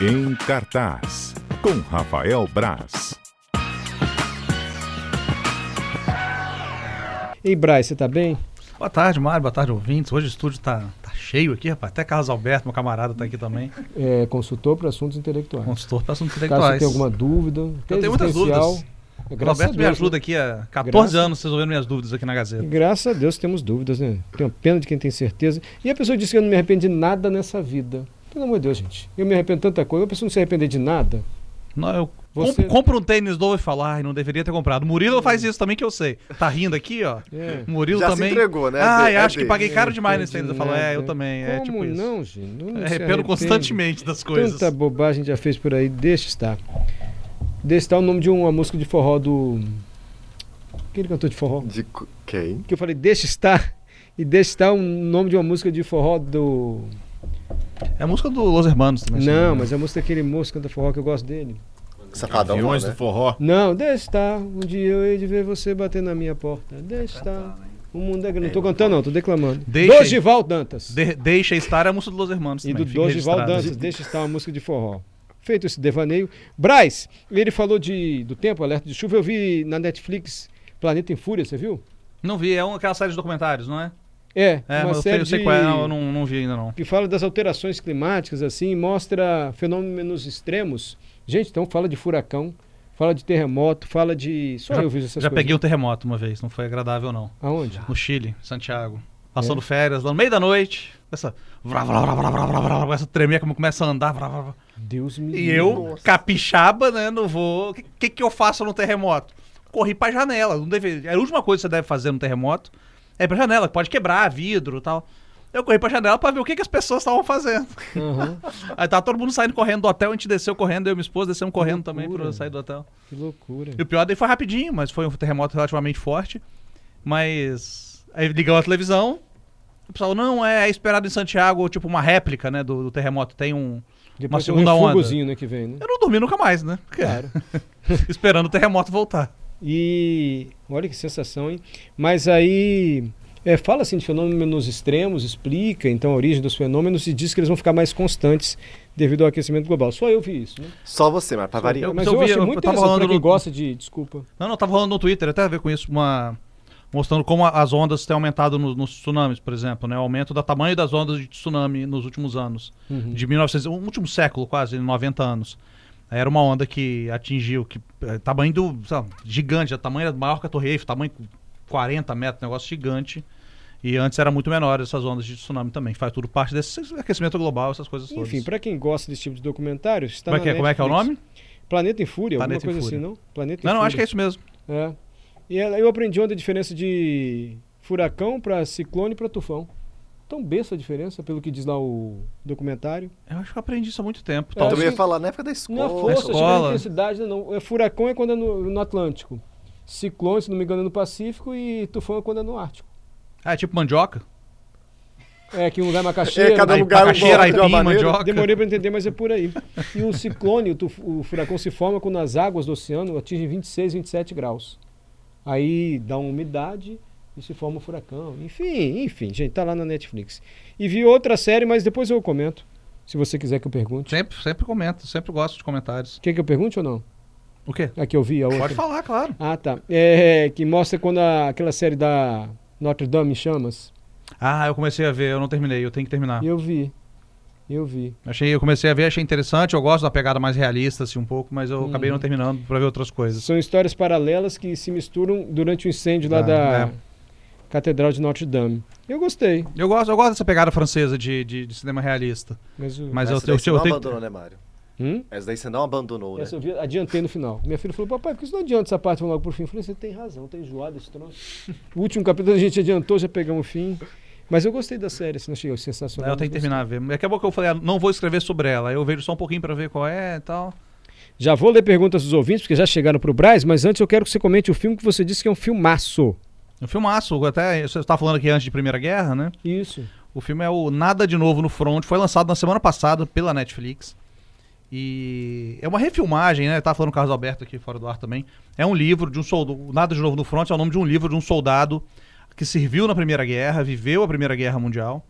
Em cartaz, com Rafael Braz. Ei, Braz, você tá bem? Boa tarde, Mário. Boa tarde, ouvintes. Hoje o estúdio tá, tá cheio aqui, rapaz. Até Carlos Alberto, meu camarada, tá aqui também. É consultor para assuntos intelectuais. Consultor para assuntos Caso você intelectuais. tenha alguma dúvida, Eu tenho muitas existencial, dúvidas. é, O graças a Alberto me Deus, ajuda né? aqui há 14 Graças- anos resolvendo minhas dúvidas aqui na Gazeta. Graças a Deus temos dúvidas, né? Tenho pena de quem tem certeza. E a pessoa disse que eu não me arrependi de nada nessa vida. Pelo amor de Deus, gente. Eu me arrependo de tanta coisa. A pessoa não se arrepender de nada. Não, eu Você- com- compro um tênis novo e falo, ai, não deveria ter comprado. Murilo faz isso também que eu sei. Tá rindo aqui, ó. É. Murilo Já se também. entregou, né? Ai, É acho que dele. paguei caro demais Não nesse tênis. Eu entendi falo, é, nada, eu né? também. é Como tipo isso. não, gente? Não se Arrependo arrepende. constantemente das coisas. Tanta bobagem já fez por aí, deixa estar. Deixa estar o nome de uma música de forró do. Aquele cantor de forró. De cu- quem? Que eu falei, deixa estar. E deixa estar o nome de uma música de forró do. É a música do Los Hermanos também. assim, né? se Não, me engano. mas é a música daquele moço que canta forró que eu gosto dele. Ah, um Safadão. Aviões né? do forró. Não, deixa estar. Um dia eu hei de ver você bater na minha porta. Deixa estar. O mundo Tá é grande. Não tô cantando, não, tô declamando. Deixa- Dodival Dantas. De- deixa estar é a música do Los Hermanos E também. do fica Dorival registrado. Dantas, deixa estar uma música de forró. Feito esse devaneio. Braz, ele falou de, do tempo, alerta de chuva. Eu vi na Netflix Planeta em Fúria, você viu? Não vi, é uma, aquela série de documentários, não é? É, É, uma mas eu sei, série eu sei de- qual é, não, eu não, não vi ainda não. que fala das alterações climáticas, assim, mostra fenômenos extremos. Gente, então fala de furacão, fala de terremoto, fala de... Só eu vejo essas Já coisas. peguei um terremoto uma vez, não foi agradável não. Aonde? No Chile, Santiago. É. Passando férias lá no meio da noite. Essa. Vrá, vrá, vrá, vrá, vrá, vrá, vrá, começa a tremer, como começa a andar. vrá, vrá, vrá. Deus me E livre. eu, capixaba, né? Não vou. O que, que eu faço no terremoto? Corri pra janela. Não deve... é A última coisa que você deve fazer no terremoto é ir pra janela, que pode quebrar vidro e tal. Eu corri pra janela pra ver o que, que as pessoas estavam fazendo. Aham, Aí tá todo mundo saindo correndo do hotel, a gente desceu correndo, eu e minha esposa descemos correndo também pra loucura. eu sair do hotel. que loucura. E o pior daí foi rapidinho, mas foi um terremoto relativamente forte. Mas. Aí ligou a televisão. O pessoal, não, é esperado em Santiago, tipo, uma réplica, né, do, do terremoto. Tem um. Depois tem segunda um onda. refugozinho, né, que vem, né? Eu não dormi nunca mais, né? Porque- Claro. esperando o terremoto voltar. E olha que sensação, hein? Mas aí é, fala assim de fenômenos extremos, explica então a origem dos fenômenos e diz que eles vão ficar mais constantes devido ao aquecimento global. Só eu vi isso, né? Só você, mas pra Só variar. eu, eu- mas eu eu, vi, achei eu- muito eu tava interessante pra falando quem do- gosta de. Desculpa. Não, não, tava falando no Twitter, até a ver com isso, uma. Mostrando como a- as ondas têm aumentado no- nos tsunamis, por exemplo, né? O aumento do tamanho das ondas de tsunami nos últimos anos. Uhum. de 1900, um último século quase, 90 anos. Era uma onda que atingiu que eh, tamanho do, sei lá, gigante, a tamanho era maior que a Torre Eiffel, tamanho 40 metros, negócio gigante. E antes era muito menor essas ondas de tsunami também, faz tudo parte desse aquecimento global, essas coisas todas. Enfim, pra quem gosta desse tipo de documentário, está como é na que é, como é que é o Netflix. nome? Planeta em Fúria, Planeta em alguma coisa assim, Fúria. não? Planeta em Não, não, Fúria. acho que é isso mesmo. É. E ela- eu aprendi ontem a diferença de furacão para ciclone para tufão. Tão besta a diferença, pelo que diz lá o documentário. Eu acho que eu aprendi isso há muito tempo. É, Eu Talvez. também acho ia que- falar na época da Não é escola. força, acho escola. que não é intensidade, não. É furacão é quando é no, no Atlântico. Ciclone, se não me engano, é no Pacífico e tufão é quando é no Ártico. Ah, é tipo mandioca? É que um lugar é macaxeira. É, cada outro- um lugar é um macaxeira, golpe de uma aipim, maneira. mandioca. Demorei para entender, mas é por aí. E o ciclone, o, tuf- o furacão se forma quando as águas do oceano atingem 26, 27 graus. Aí dá uma umidade e se forma um furacão. Enfim, enfim, gente, tá lá na Netflix. E vi outra série, mas depois eu comento, se você quiser que eu pergunte. Sempre, sempre comento, sempre gosto de comentários. Quer que eu pergunte ou não? O quê? A que eu vi, a outra. Pode falar, claro. Ah, tá. É, que mostra quando a- aquela série da Notre Dame em chamas. Ah, eu comecei a ver, eu não terminei, eu tenho que terminar. Eu vi. Eu vi. Achei, eu comecei a ver, achei interessante, eu gosto da pegada mais realista, assim, um pouco, mas eu Uhum. acabei não terminando pra ver outras coisas. São histórias paralelas que se misturam durante o incêndio lá Ah, da é. Catedral de Notre Dame. Eu gostei. Eu gosto, eu gosto dessa pegada francesa de, de, de cinema realista. Mas, o... Mas eu, Essa eu, daí você eu, não tenho. abandonou, né, Mário? Hum? Essa daí você não abandonou, né? Essa eu vi- adiantei no final. Minha filha falou, papai, por que você não adianta essa parte? Vamos logo pro fim. Eu falei, você tem razão, tá enjoado esse troço. o último capítulo a gente adiantou, já pegamos o fim. Mas eu gostei da série, assim, achei sensacional. eu tenho que terminar a ver. Acabou que eu falei, ah, não vou escrever sobre ela. Eu vejo só um pouquinho pra ver qual é e tal. Já vou ler perguntas dos ouvintes, porque já chegaram pro Braz, mas antes eu quero que você comente o filme que você disse que é um filmaço. Um filmaço, até você tá falando aqui antes de Primeira Guerra, né? Isso. O filme é o Nada de Novo no Front, foi lançado na semana passada pela Netflix. E é uma refilmagem, né? Tá falando o Carlos Alberto aqui fora do ar também. É um livro de um soldado. Nada de Novo no Front é o nome de um livro de um soldado que serviu na Primeira Guerra, viveu a Primeira Guerra Mundial.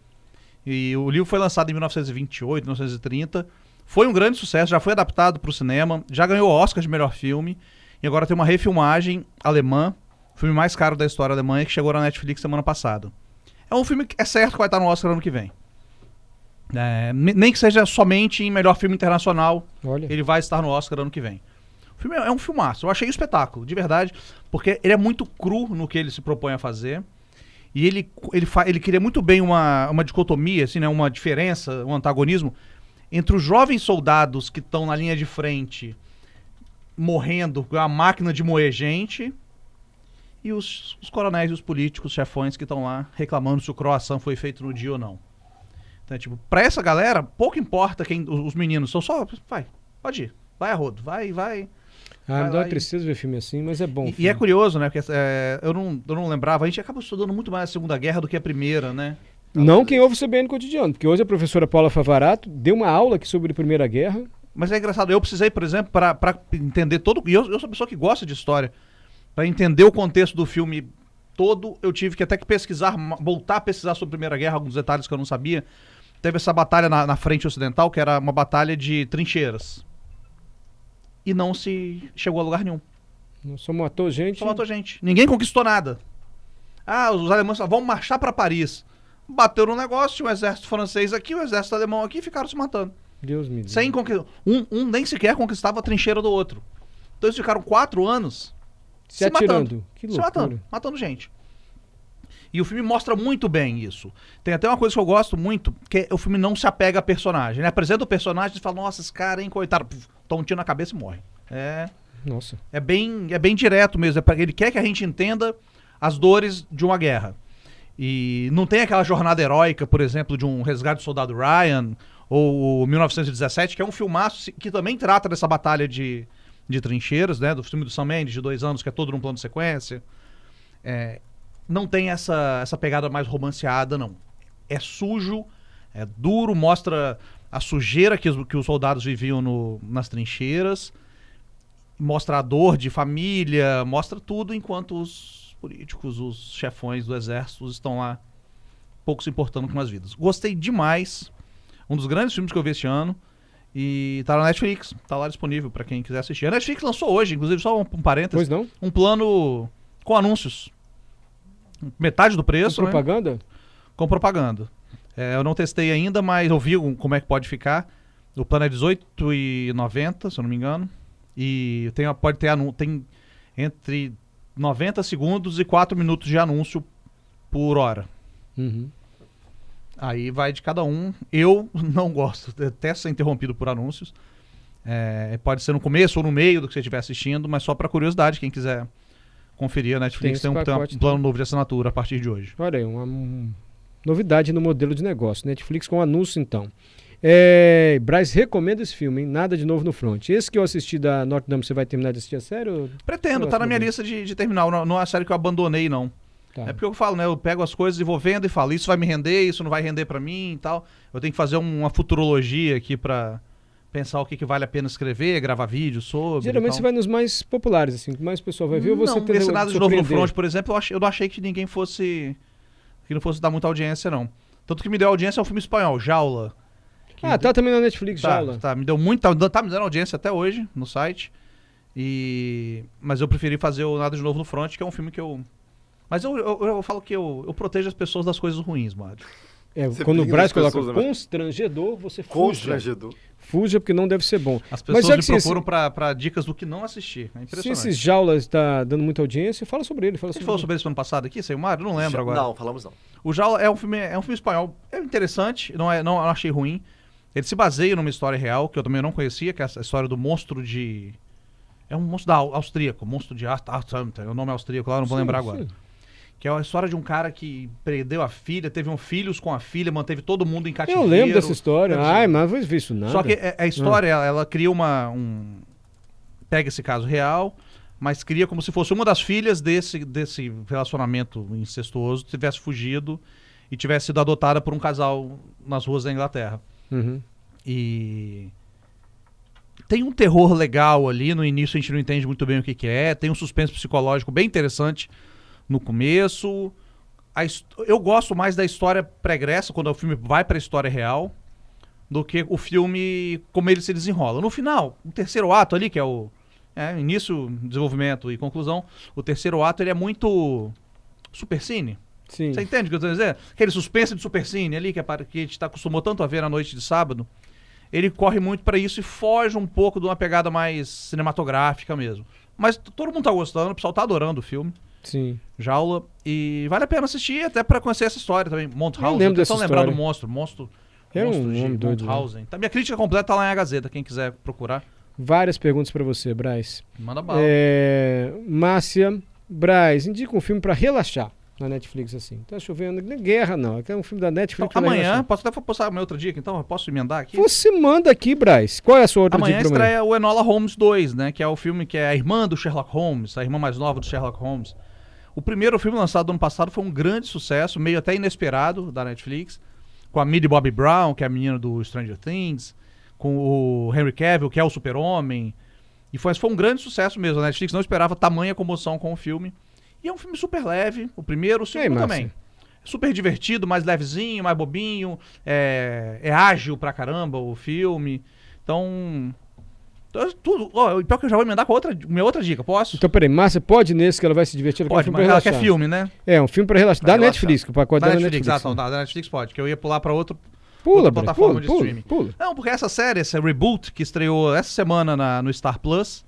E o livro foi lançado em 1928, 1930. Foi um grande sucesso, já foi adaptado para o cinema, já ganhou o Oscar de melhor filme e agora tem uma refilmagem alemã, o filme mais caro da história alemã que chegou na Netflix semana passada. É um filme que é certo que vai estar no Oscar ano que vem. É, ne- nem que seja somente em melhor filme internacional, Olha. ele vai estar no Oscar ano que vem. O filme é é um filmaço. Eu achei um espetáculo, de verdade, porque ele é muito cru no que ele se propõe a fazer. E ele, ele, fa- ele cria muito bem uma, uma dicotomia, assim, né? uma diferença, um antagonismo entre os jovens soldados que estão na linha de frente morrendo com a máquina de moer gente e os, os coronéis e os políticos, chefões que estão lá reclamando se o croissant foi feito no dia ou não. Então, é tipo, pra essa galera, pouco importa quem os os meninos são só, vai, pode ir. Vai a rodo, vai, vai. Ah, Vai então lá é e- preciso ver filme assim, mas é bom. E- e, filme. é curioso, né? Porque é, eu, não, eu não lembrava, a gente acaba estudando muito mais a Segunda Guerra do que a Primeira, né? Não quem ouve o CBN cotidiano, porque hoje a professora Paula Favarato deu uma aula aqui sobre a Primeira Guerra. Mas é engraçado, eu precisei, por exemplo, pra pra entender todo. E eu, eu sou uma pessoa que gosta de história. Pra entender o contexto do filme todo, eu tive que até que pesquisar, ma- voltar a pesquisar sobre a Primeira Guerra, alguns detalhes que eu não sabia. Teve essa batalha na, na frente ocidental, que era uma batalha de trincheiras. E não se chegou a lugar nenhum. Só matou gente. Só matou gente. Ninguém conquistou nada. Ah, os alemães só vão marchar pra Paris. Bateram no negócio, tinha o exército francês aqui, o exército alemão aqui, e ficaram se matando. Deus me livre. Sem conquistar. Um, um nem sequer conquistava a trincheira do outro. Então eles ficaram quatro anos se, se atirando. matando. Que se loucura. matando, matando gente. E o filme mostra muito bem isso. Tem até uma coisa que eu gosto muito, que é o filme não se apega a personagem. Ele apresenta o personagem e fala, nossa, esse cara, hein, coitado. Puf, Toma um tiro na cabeça e morre. É, Nossa. é, bem, é bem direto mesmo. É pra, ele quer que a gente entenda as dores de uma guerra. E não tem aquela jornada heróica, por exemplo, de um resgate do soldado Ryan, ou o 1917, que é um filmaço se- que também trata dessa batalha de, de trincheiras, né? Do filme do Sam Mendes, de dois anos, que é todo num plano de sequência. É, não tem essa, essa pegada mais romanceada, não. É sujo, é duro, mostra a sujeira que os, que os soldados viviam no- nas trincheiras, mostra a dor de família, mostra tudo enquanto os políticos, os chefões do exército estão lá pouco se importando com as vidas. Gostei demais. Um dos grandes filmes que eu vi este ano. E tá na Netflix, tá lá disponível pra quem quiser assistir. A Netflix lançou hoje, inclusive, só um, um parênteses Pois não? um plano com anúncios. Metade do preço, Com né? propaganda? com propaganda. É, eu não testei ainda, mas eu vi um- como é que pode ficar. O plano é R$18,90, se eu não me engano. E tem, a- pode ter anúncio, tem entre 90 segundos e 4 minutos de anúncio por hora. Uhum. Aí vai de cada um. Eu não gosto, detesto ser interrompido por anúncios. É, pode ser no começo ou no meio do que você estiver assistindo, mas só para curiosidade, quem quiser conferir, a Netflix Tem esse tem, um, tem um pacote plano novo de assinatura a partir de hoje. Olha aí, uma um- novidade no modelo de negócio. Netflix com anúncio, então. É, Braz recomenda esse filme, hein? Nada de novo no front. Esse que eu assisti da Notre Dame, você vai terminar de assistir a sério? Pretendo, Eu tá gosto na minha também. lista de, de terminar. Não, não é a série que eu abandonei, não. Tá. É porque eu falo, né? Eu pego as coisas e vou vendo e falo, isso vai me render, isso não vai render pra mim e tal. Eu tenho que fazer uma futurologia aqui pra pensar o que, que vale a pena escrever, gravar vídeo sobre. e Geralmente tal. você vai nos mais populares, assim, que mais pessoal vai ver ou você então. não, tenta esse nada de novo no surpreender? front, por exemplo, eu, ach- eu não achei que ninguém fosse. que não fosse dar muita audiência, não. Tanto que me deu audiência é um filme espanhol, Jaula. que Ah, tá também na Netflix, Tá, Jaula. tá, me deu muita. Tá me dando audiência até hoje no site. E. Mas eu preferi fazer o Nada de Novo no Front, que é um filme que eu. Mas eu, eu, eu falo que eu, eu protejo as pessoas das coisas ruins, Mário. É, Você quando o brinca Braz com as coloca pessoas, né? constrangedor, você fuja. Constrangedor. Fuja porque não deve ser bom. Mas As pessoas já me que se esse- procuram pra, pra dicas do que não assistir. É Se impressionante. esses jaulas está dando muita audiência, fala sobre ele. Fala A gente sobre falou ele. sobre isso ano passado aqui, sei o Mário? Não lembro agora. Não, falamos não. O Jaula é um filme, é um filme espanhol, é interessante, não é, não, eu não achei ruim. Ele se baseia numa história real que eu também não conhecia, que é a história do monstro de é um monstro da Au- austríaco, monstro de Ast- Astamta, é o nome austríaco lá, eu não vou Sim, lembrar sim. agora. Que é a história de um cara que perdeu a filha, teve um filhos com a filha, manteve todo mundo em cativeiro. Eu lembro dessa história. Deve ser. Ai, mas não vi isso nada. Só que é- a história, ela, ela cria uma. um- pega esse caso real, mas cria como se fosse uma das filhas desse, desse relacionamento incestuoso tivesse fugido e tivesse sido adotada por um casal nas ruas da Inglaterra. Uhum. E. Tem um terror legal ali, no início a gente não entende muito bem o que, que é, tem um suspense psicológico bem interessante no começo. A his- Eu gosto mais da história pregressa, quando o filme vai pra história real, do que o filme como ele se desenrola. No final, o terceiro ato ali, que é o é, início, desenvolvimento e conclusão, o terceiro ato ele é muito supercine. Sim. Você entende o que eu estou dizendo? Aquele suspense de supercine ali, que, é para, que a gente está acostumou tanto a ver na noite de sábado, ele corre muito para isso e foge um pouco de uma pegada mais cinematográfica mesmo. Mas t- todo mundo tá gostando, o pessoal tá adorando o filme, Sim. Jaula, e vale a pena assistir até para conhecer essa história também. Monthausen, lembro dessa só lembrar do história. monstro, monstro, Era um monstro de nome doido, né? Monthausen. Tá, minha crítica completa tá lá na Gazeta, quem quiser procurar, Várias perguntas pra você, Braz. manda bala. É, Márcia Braz, indica um filme pra relaxar na Netflix assim. Tá chovendo, não é guerra não, é um filme da Então, Netflix pra amanhã, relaxar. posso até postar meu outro dia aqui, então? Eu posso emendar aqui? Você manda aqui, Braz. Qual é a sua outra Amanhã dica pra estreia o Enola Holmes 2, né? Que é o filme que é a irmã do Sherlock Holmes, a irmã mais nova do Sherlock Holmes. O primeiro filme lançado ano passado foi um grande sucesso, meio até inesperado, da Netflix. Com a Millie Bobby Brown, que é a menina do Stranger Things. Com o Henry Cavill, que é o super-homem. E foi, foi um grande sucesso mesmo. A Netflix não esperava tamanha comoção com o filme. E é um filme super leve, o primeiro, o segundo Márcia? também. Super divertido, mais levezinho, mais bobinho. É, é ágil pra caramba o filme. Então. então, Tudo. ó, pior que eu já vou emendar com a outra, minha outra dica, posso? Então, peraí, Márcia, pode ir nesse que ela vai se divertir. Ela quer Pode, um filme pra mas ela quer relaxar. filme, né? É, um filme pra relaxar. da Pra relaxar. Netflix, o pacote da, Da Netflix, Netflix. ah, não, da Netflix pode, que eu ia pular pra outro. Pula, outra Braz, plataforma pula, de pula, streaming. pula. Não, porque essa série, esse reboot que estreou essa semana na- no Star Plus,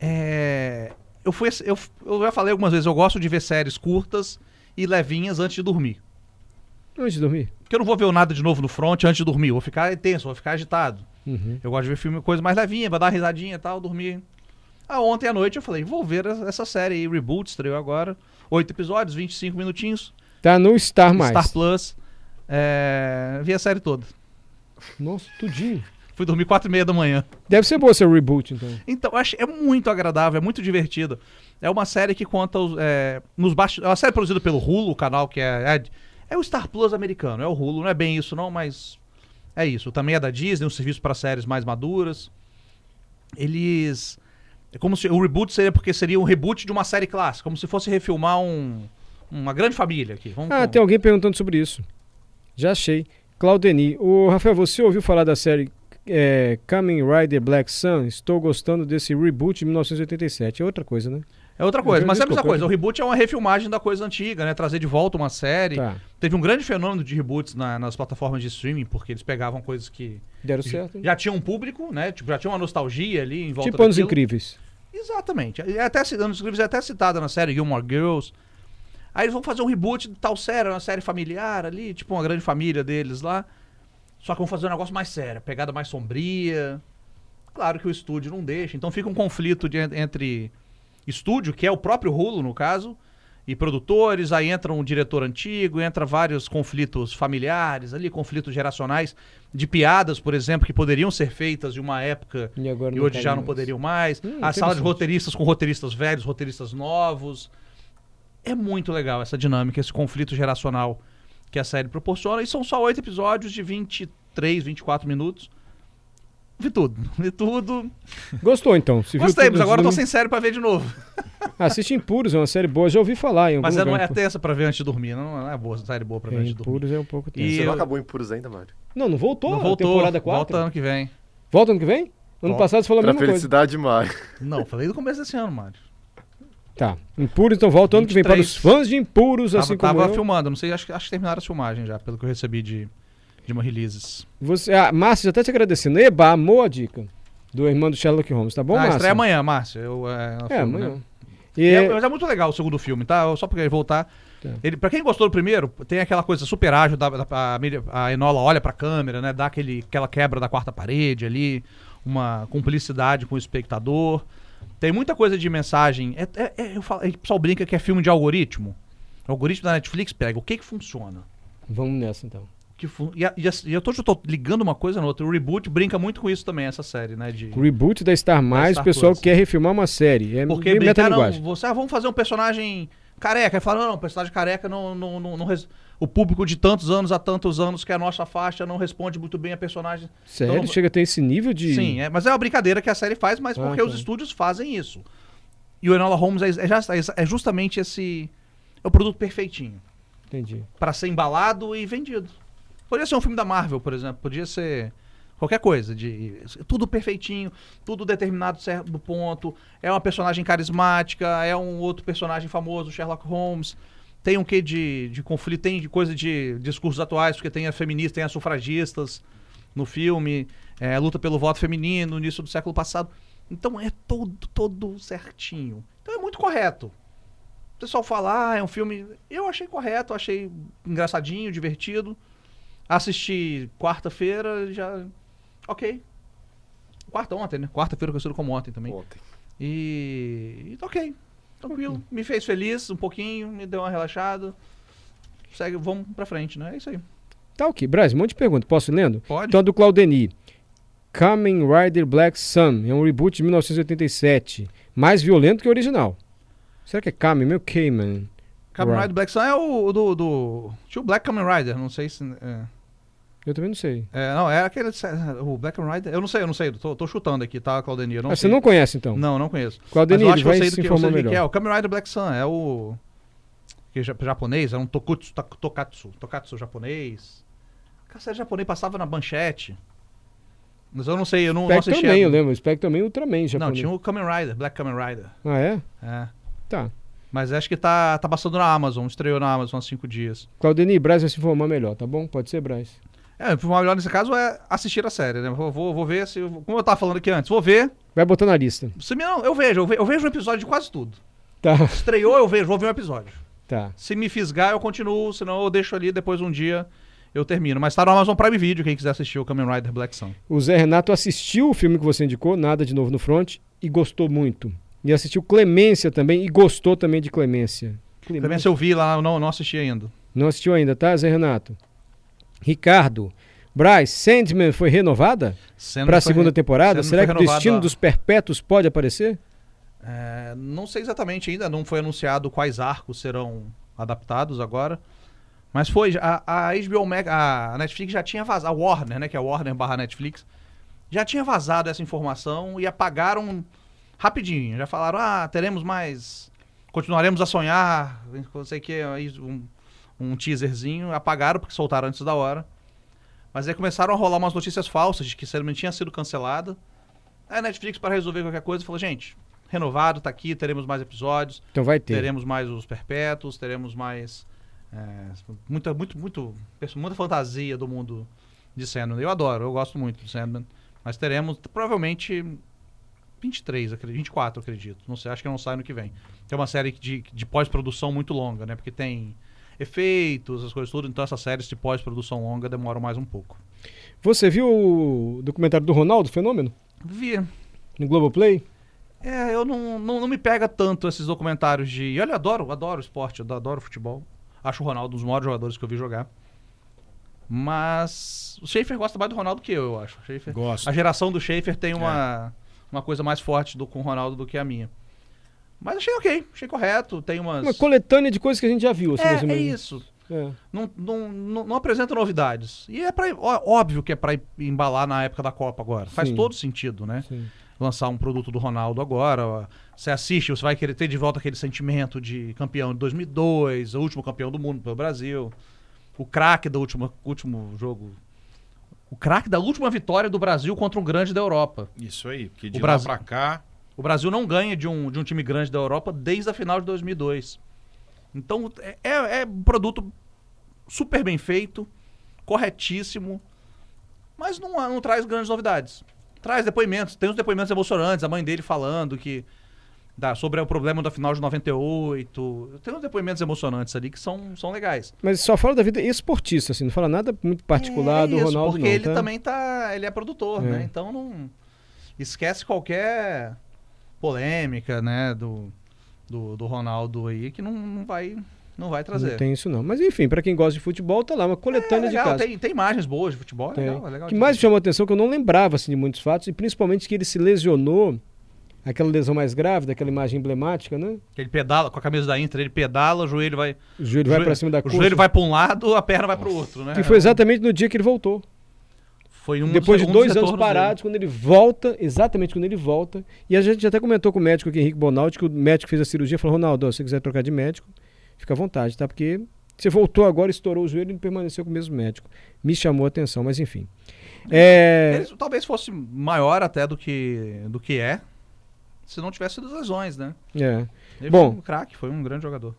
é, eu fui, ass- eu, eu já falei algumas vezes, eu gosto de ver séries curtas e levinhas antes de dormir. Antes de dormir. Porque eu não vou ver nada de novo no front antes de dormir. Eu vou ficar tenso, vou ficar agitado. Uhum. Eu gosto de ver filme, coisa mais levinha, pra dar uma risadinha e tal, dormir. Ah, ontem à noite eu falei, vou ver es- essa série aí, Reboot, estreou agora. Oito episódios, 25 minutinhos. Tá no Star Mais. Star Plus. É, vi a série toda. Nossa, tudinho. Fui dormir quatro e meia da manhã. Deve ser boa seu reboot, então. Então, eu acho, é muito agradável, é muito divertido. É uma série que conta os, é, nos baixos. É uma série produzida pelo Hulu, o canal que é, é. é o Star Plus americano, é o Hulu, não é bem isso, não, mas. É isso. Também é da Disney, um serviço para séries mais maduras. Eles. É como se. O reboot seria porque seria um reboot de uma série clássica, como se fosse refilmar um. Uma grande família aqui. Vamos, Ah, vamos- tem alguém perguntando sobre isso. Já achei. Claudeni. Ô, Rafael, você ouviu falar da série é, Kamen Rider Black Sun? Estou gostando desse reboot de 1987. É outra coisa, né? É outra coisa, mas é a mesma Desculpa, coisa. eu- O reboot é uma refilmagem da coisa antiga, né? Trazer de volta uma série. Tá. Teve um grande fenômeno de reboots na- nas plataformas de streaming, porque eles pegavam coisas que Deram certo. já tinham um público, né? Tipo, já tinha uma nostalgia ali em volta Tipo Anos daquilo. Incríveis. Exatamente. É até, ci- Anos Incríveis é até citada na série Gilmore Girls. Aí eles vão fazer um reboot de tal série, uma série familiar ali, tipo uma grande família deles lá. Só que vão fazer um negócio mais sério, pegada mais sombria. Claro que o estúdio não deixa, então fica um conflito de- entre estúdio, que é o próprio Hulu no caso, e produtores, aí entra um diretor antigo, entra vários conflitos familiares ali, conflitos geracionais, de piadas, por exemplo, que poderiam ser feitas de uma época E agora e hoje cabe já não mais. poderiam mais. Hum, a sala de interessante. roteiristas com roteiristas velhos, roteiristas novos. É muito legal essa dinâmica, esse conflito geracional que a série proporciona. E são só oito episódios de 23, 24 minutos. Vi tudo, vi tudo. Gostou, então. Se viu Gostei, tudo mas agora tá eu tô antes de sem série pra ver de novo. dormir. Assiste Impuros, é uma série boa. Já ouvi falar em algum Mas é, não lugar. é tensa pra ver antes de dormir. Não não é boa, série boa pra ver É, antes de dormir. Impuros é um pouco E- tenso. Você eu- não acabou em puros ainda, Mário. Não, não voltou. Não a voltou, temporada 4. volta ano que vem. Volta ano que vem? Ano Volta. passado você falou a Pra mesma coisa. felicidade, Mário. Não, falei do começo desse ano, Mário. Tá. Impuros, então volta ano que vem. Para os 23. fãs de Impuros, Tava, assim como tava eu. filmando, não sei, acho, que- acho que terminaram as filmagens já, pelo que eu recebi de, de uma releases. Você, a Márcia já tá te agradecendo. Eba, amou a dica do irmão do Sherlock Holmes, tá bom, ah, Márcia? estreia amanhã, Márcia. Eu, é, É, filme, amanhã. né? E, E é- mas é muito legal o segundo filme, tá? Eu- Só pra ele voltar. Tá. Ele, pra quem gostou do primeiro, tem aquela coisa super ágil, da, da- a, Miri- a Enola olha pra câmera, né? Dá aquele, aquela quebra da quarta parede ali, uma cumplicidade com o espectador. Tem muita coisa de mensagem. É, é- é- eu falo, é, o pessoal brinca que é filme de algoritmo. O algoritmo da Netflix pega o que que funciona. Vamos nessa, então. o Que fun- e, a- e a- e eu tô, eu tô ligando uma coisa na outra. O Reboot brinca muito com isso também, essa série, né? De... O Reboot da Star Mais, Star o pessoal Plus. quer refilmar uma série. É Porque bem brincaram, metalinguagem. você, ah, vamos fazer um personagem careca. Aí falaram, não, o personagem careca não, não, não, não res- O público de tantos anos a tantos anos que é a nossa faixa não responde muito bem a personagem. Sério? Então, Chega a ter esse nível de... Sim, é, mas é uma brincadeira que a série faz, mas Ah, porque os tá. estúdios fazem isso. E o Enola Holmes é, é já- é justamente esse. É o produto perfeitinho. Entendi. Pra ser embalado e vendido. Podia ser um filme da Marvel, por exemplo. Podia ser qualquer coisa. de Tudo perfeitinho, tudo determinado certo do ponto. É uma personagem carismática, é um outro personagem famoso, Sherlock Holmes. Tem um quê de, de conflito, tem de coisa de discursos atuais, porque tem a feminista, tem as sufragistas no filme, é, luta pelo voto feminino, início do século passado. Então é todo, todo certinho. Então é muito correto. O pessoal fala, ah, é um filme. Eu achei correto, achei engraçadinho, divertido. Assisti quarta-feira, já. Ok. Quarta ontem, né? Quarta-feira conhecido como ontem também. Ontem. E. e ok. Tranquilo. Me fez feliz um pouquinho, me deu uma relaxada. Segue, vamos pra frente, né? É isso aí. Tá ok. Braz, um monte de pergunta. Posso ir lendo? Pode. Então, a do Claudeni. Kamen Rider Black Sun é um reboot de 1987. Mais violento que o original. Será que é Kamen? Meu Kamen. Kamen Right. Rider Black Sun é o do, do. Tinha o Black Kamen Rider, não sei se. É, Eu também não sei. É, não, era aquele. O Black Kamen Rider. Eu não sei, eu não sei. Tô, tô chutando aqui, tá, Claudenir? Eu Não ah, você sei. não conhece, então? Não, não conheço. Claudeni, Mas eu ele acho que eu vai sei do se que, eu sei informar do que é. melhor. O Kamen Rider Black Sun é o. Que é ja- japonês, era um tokutsu, ta- tokatsu. Tokatsu japonês. Cacete japonês passava na manchete. Mas eu não sei, eu não, não Spectre assisti. também, a- eu lembro. Spectre também, Ultraman Não, japonês. tinha o Kamen Rider, Black Kamen Rider. Ah, é? É. Tá. Mas acho que tá, tá passando na Amazon, estreou na Amazon há cinco dias. Claudeni, Braz vai se informar melhor, tá bom? Pode ser, Braz. É, o melhor nesse caso é assistir a série, né? Vou, vou, vou ver se. Como eu tava falando aqui antes, vou ver. Vai botar na lista. Se me não, eu vejo, eu ve- eu vejo um episódio de quase tudo. Tá, Estreou, eu vejo, vou ver um episódio. tá. Se me fisgar, eu continuo, senão eu deixo ali, depois um dia eu termino. Mas tá no Amazon Prime Video, quem quiser assistir o Kamen Rider Black Sun. O Zé Renato assistiu o filme que você indicou, Nada de Novo no Front, e gostou muito. E assistiu Clemência também e gostou também de Clemência. Também se eu vi lá, não, não assisti ainda. Não assistiu ainda, tá, Zé Renato? Ricardo. Braz, Sandman foi renovada Sendo para a que foi- segunda temporada? Sendo Será foi que o renovado destino a- dos perpétuos pode aparecer? É, não sei exatamente ainda, não foi anunciado quais arcos serão adaptados agora. Mas foi, a, a HBO Max, a Netflix já tinha vazado, a Warner, né, que é a Warner barra Netflix, já tinha vazado essa informação e apagaram rapidinho. Já falaram, ah, teremos mais, continuaremos a sonhar, não sei o que, aí um, um teaserzinho. Apagaram porque soltaram antes da hora. Mas aí começaram a rolar umas notícias falsas de que Sandman tinha sido cancelada. Aí a Netflix, para resolver qualquer coisa, falou, gente, renovado, tá aqui, teremos mais episódios, Então vai ter. teremos mais os perpétuos, teremos mais é, muita, muito, muito, muita fantasia do mundo de Sandman. Eu adoro, eu gosto muito de Sandman, mas teremos provavelmente 23, acredito, 24, acredito. Não sei, acho que não sai no que vem. Tem uma série de, de pós-produção muito longa, né? Porque tem efeitos, as coisas tudo, então essas séries de pós-produção longa demoram mais um pouco. Você viu o documentário do Ronaldo, Fenômeno? Vi, No Globoplay? É, eu não, não, não me pega tanto esses documentários de. E olha, eu adoro, adoro esporte, eu adoro futebol. Acho o Ronaldo um dos maiores jogadores que eu vi jogar. Mas o Schaefer gosta mais do Ronaldo que eu, eu acho. O Schaefer- Gosto. A geração do Schaefer tem uma, uma coisa mais forte do, com o Ronaldo do que a minha. Mas achei ok, achei correto. Tem umas. Uma coletânea de coisas que a gente já viu. assim, mais ou é, é menos. isso. É. Não, não, não, não apresenta novidades. E é pra, ó- óbvio que é pra embalar na época da Copa agora. Faz Sim. todo sentido, né? Sim. lançar um produto do Ronaldo agora. ó. Você assiste, você vai querer ter de volta aquele sentimento de campeão de 2002, o último campeão do mundo pelo Brasil, o craque do último, último jogo. O craque da última vitória do Brasil contra um grande da Europa. Isso aí, porque de O lá Brasil- pra cá. O Brasil não ganha de um, de um time grande da Europa desde a final de 2002. Então, é, é- é um produto super bem feito, corretíssimo, mas não, não traz grandes novidades. Traz depoimentos, tem uns depoimentos emocionantes, a mãe dele falando que da, sobre o problema da final de 98. Tem uns depoimentos emocionantes ali que são, são legais. Mas só fala da vida esportista, assim, não fala nada muito particular É do isso, Ronaldo, porque não. ele tá? também tá, ele é produtor, É. né? Então não esquece qualquer polêmica, né, do, do, do Ronaldo aí que não, não vai não vai trazer. Não tem isso, não. Mas enfim, pra quem gosta de futebol, tá lá, uma coletânea é, de legal, casos. tem, tem imagens boas de futebol, é Tem. legal, é O legal. que mais me chamou a atenção é que eu não lembrava assim, de muitos fatos, e principalmente que ele se lesionou, aquela lesão mais grave, daquela imagem emblemática, né? Que Ele pedala com a camisa da Inter, ele pedala, o joelho vai O joelho o vai joelho- pra cima da o coxa. joelho vai para um lado, a perna vai para o outro, né? Que foi exatamente no dia que ele voltou. Foi um dos- Depois um de dos dois anos retornos parados, quando ele volta, exatamente quando ele volta, e a gente até comentou com o médico aqui, Henrique Bonaldi, que o médico fez a cirurgia e falou, Ronaldo, ó, se você quiser trocar de médico, fica à vontade, tá? Porque Você voltou agora, estourou o joelho e permaneceu com o mesmo médico. Me chamou a atenção, mas enfim. É, Ele talvez fosse maior até do que, do que é, se não tivesse das lesões, né? é. Ele Bom. foi um craque, foi um grande jogador.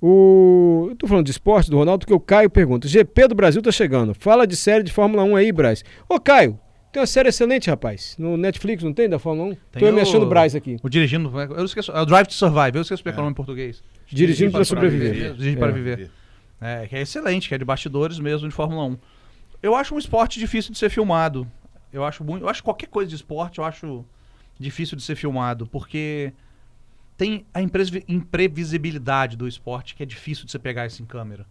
O... Eu tô falando de esporte do Ronaldo, que o Caio pergunta. GP do Brasil tá chegando. Fala de série de Fórmula 1 aí, Braz. Ô, Caio, tem uma série excelente, rapaz. No Netflix, não tem? Da Fórmula 1? Tem tô eu me o- achando Braz aqui. O dirigindo, eu esqueço, é o Drive to Survive, eu esqueço o nome em português. Dirigindo pra para sobreviver. sobreviver. Dirigir para É. viver. É, que é excelente, que é de bastidores mesmo de Fórmula 1. Eu acho um esporte difícil de ser filmado. Eu acho muito, eu acho qualquer coisa de esporte, eu acho difícil de ser filmado, porque tem a impresi- imprevisibilidade do esporte que é difícil de você pegar isso em câmera.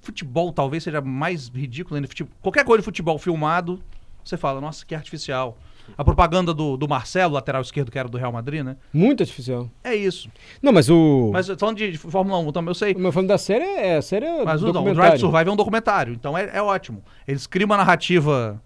Futebol talvez seja mais ridículo ainda. Fute- Qualquer coisa de futebol filmado, você fala, nossa, que artificial. A propaganda do, do Marcelo, lateral esquerdo, que era do Real Madrid, né? Muito artificial. É isso. Não, mas o. Mas... Mas falando de, de Fórmula 1 também, eu sei. O meu falando da série é. A série é Mas o, não, o Drive to documentário. Survive é um documentário, então é, é ótimo. Eles criam uma narrativa.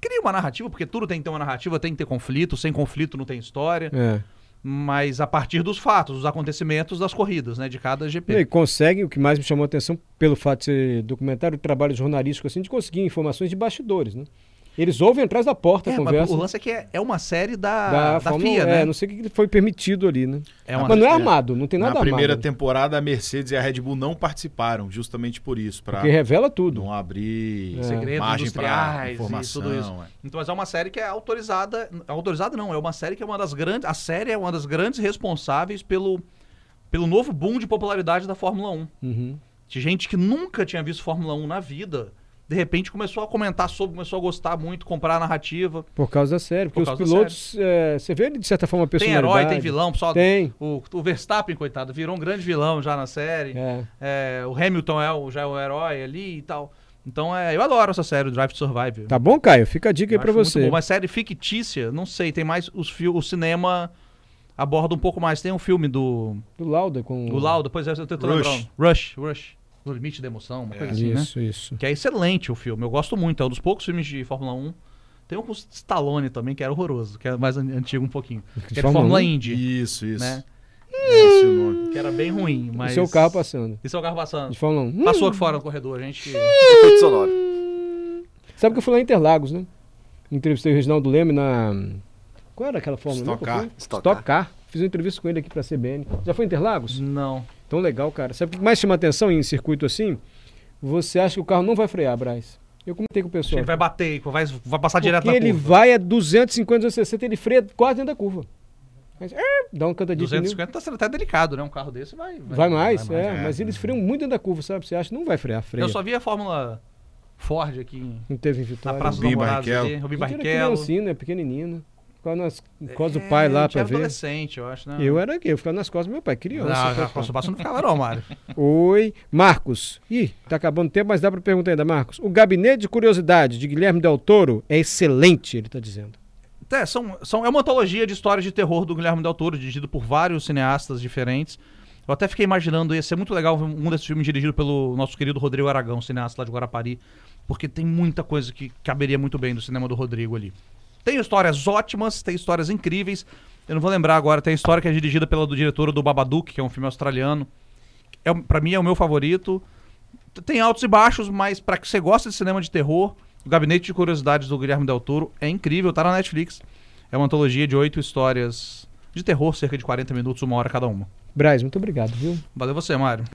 Cria uma narrativa, porque tudo tem que ter uma narrativa, tem que ter conflito, sem conflito não tem história. É. Mas a partir dos fatos, dos acontecimentos das corridas, né? De cada E aí, GP. consegue, o que mais me chamou a atenção, pelo fato de ser documentário, o trabalho jornalístico, assim, de conseguir informações de bastidores, né? Eles ouvem atrás da porta a É, mas conversa. o lance é que é, é uma série Da, da, da, Fórmula 1, FIA, é, né? não sei o que que foi permitido ali, né? É uma- Mas não é armado, não tem nada né? Na primeira armado. temporada, a Mercedes e a Red Bull não participaram, justamente por isso, para Porque revela tudo. não abrir É. Segredos margem para industriais e informação. tudo isso. é. Então, mas é uma série que é autorizada. Autorizada não, é uma série que é uma das grandes. A série é uma das grandes responsáveis pelo, pelo novo boom de popularidade da Fórmula 1. Uhum. De gente que nunca tinha visto Fórmula 1 na vida, de repente começou a comentar sobre, começou a gostar muito, comprar a narrativa. Por causa da série. Porque Por os causa da pilotos, é, você vê ele de certa forma a Tem personalidade. herói, tem vilão, pessoal. Tem. O, o Verstappen, coitado, virou um grande vilão já na série. É. É, o Hamilton é o, já é o herói ali e tal. Então é, eu adoro essa série, o Drive to Survive. Tá bom, Caio? Fica a dica Eu aí pra acho muito você. bom. Uma série fictícia, não sei, tem mais. Os fi- o cinema aborda um pouco mais. Tem um filme do. Do Lauda com... O Lauda, pois é, eu tô tentando Rush. lembrar. Rush, Rush. No limite da emoção, uma coisa assim, né? Isso, isso. Que é excelente o filme, eu gosto muito, é um dos poucos filmes de Fórmula 1. Tem um com Stallone também, que era horroroso, que é mais an- antigo um pouquinho. Que é de Fórmula Fórmula 1? Indy, Isso, isso. né? É esse o nome. Que era bem ruim, mas... O seu carro passando. E seu carro passando. De Fórmula Hum, 1. Passou aqui fora no corredor, a gente... Efeito sonoro. Sabe que eu fui lá em Interlagos, né? Entrevistei o Reginaldo Leme na... Qual era aquela Fórmula né? Stock Car. Stock Stock Car. Car. Fiz uma entrevista com ele aqui pra CBN. Já foi em Interlagos? Não. Tão legal, cara. Sabe o que mais chama atenção em circuito assim? Você acha que o carro não vai frear, Braz. Eu comentei com o Acho que pessoal. ele vai bater, vai, vai passar direto Porque na ele curva. vai a 250, 260, ele freia quase dentro da curva. Mas, é, dá um cantadinho. 250 tá sendo até delicado, né? Um carro desse vai... Vai mais, vai é, é. mas eles freiam muito dentro da curva, sabe? Você acha que não vai frear, freia. Eu só vi a Fórmula Ford aqui em- Não teve em na Vitória. Praça dos Rubinho Namorados Barrichello. ali. Rubinho A gente era Barrichello. criancinha, né? Pequenininho, Ficava nas costas É, do pai a lá gente pra era ver. adolescente, eu acho, né? Eu era aqui, eu ficava nas costas do meu pai, criança. Não, pra na cá. Costa Bassa não ficava não, Mário. Oi, Marcos. Ih, tá acabando o tempo, mas dá pra perguntar ainda, Marcos. O gabinete de curiosidade de Guilherme Del Toro é excelente, ele tá dizendo. É, são, são, é uma antologia de histórias de terror do Guilherme Del Toro, dirigido por vários cineastas diferentes. Eu até fiquei imaginando, ia ser muito legal ver um desses filmes dirigido pelo nosso querido Rodrigo Aragão, cineasta lá de Guarapari, porque tem muita coisa que caberia muito bem no cinema do Rodrigo ali. Tem histórias ótimas, tem histórias incríveis. Eu não vou lembrar agora, tem a história que é dirigida pela do diretora do Babadook, que é um filme australiano. É, o- pra mim é o meu favorito. Tem altos e baixos, mas pra que você gosta de cinema de terror, o Gabinete de Curiosidades do Guilherme Del Toro é incrível, tá na Netflix. É uma antologia de oito histórias de terror, cerca de 40 minutos, uma hora cada uma. Braz, muito obrigado, viu? Valeu você, Mário.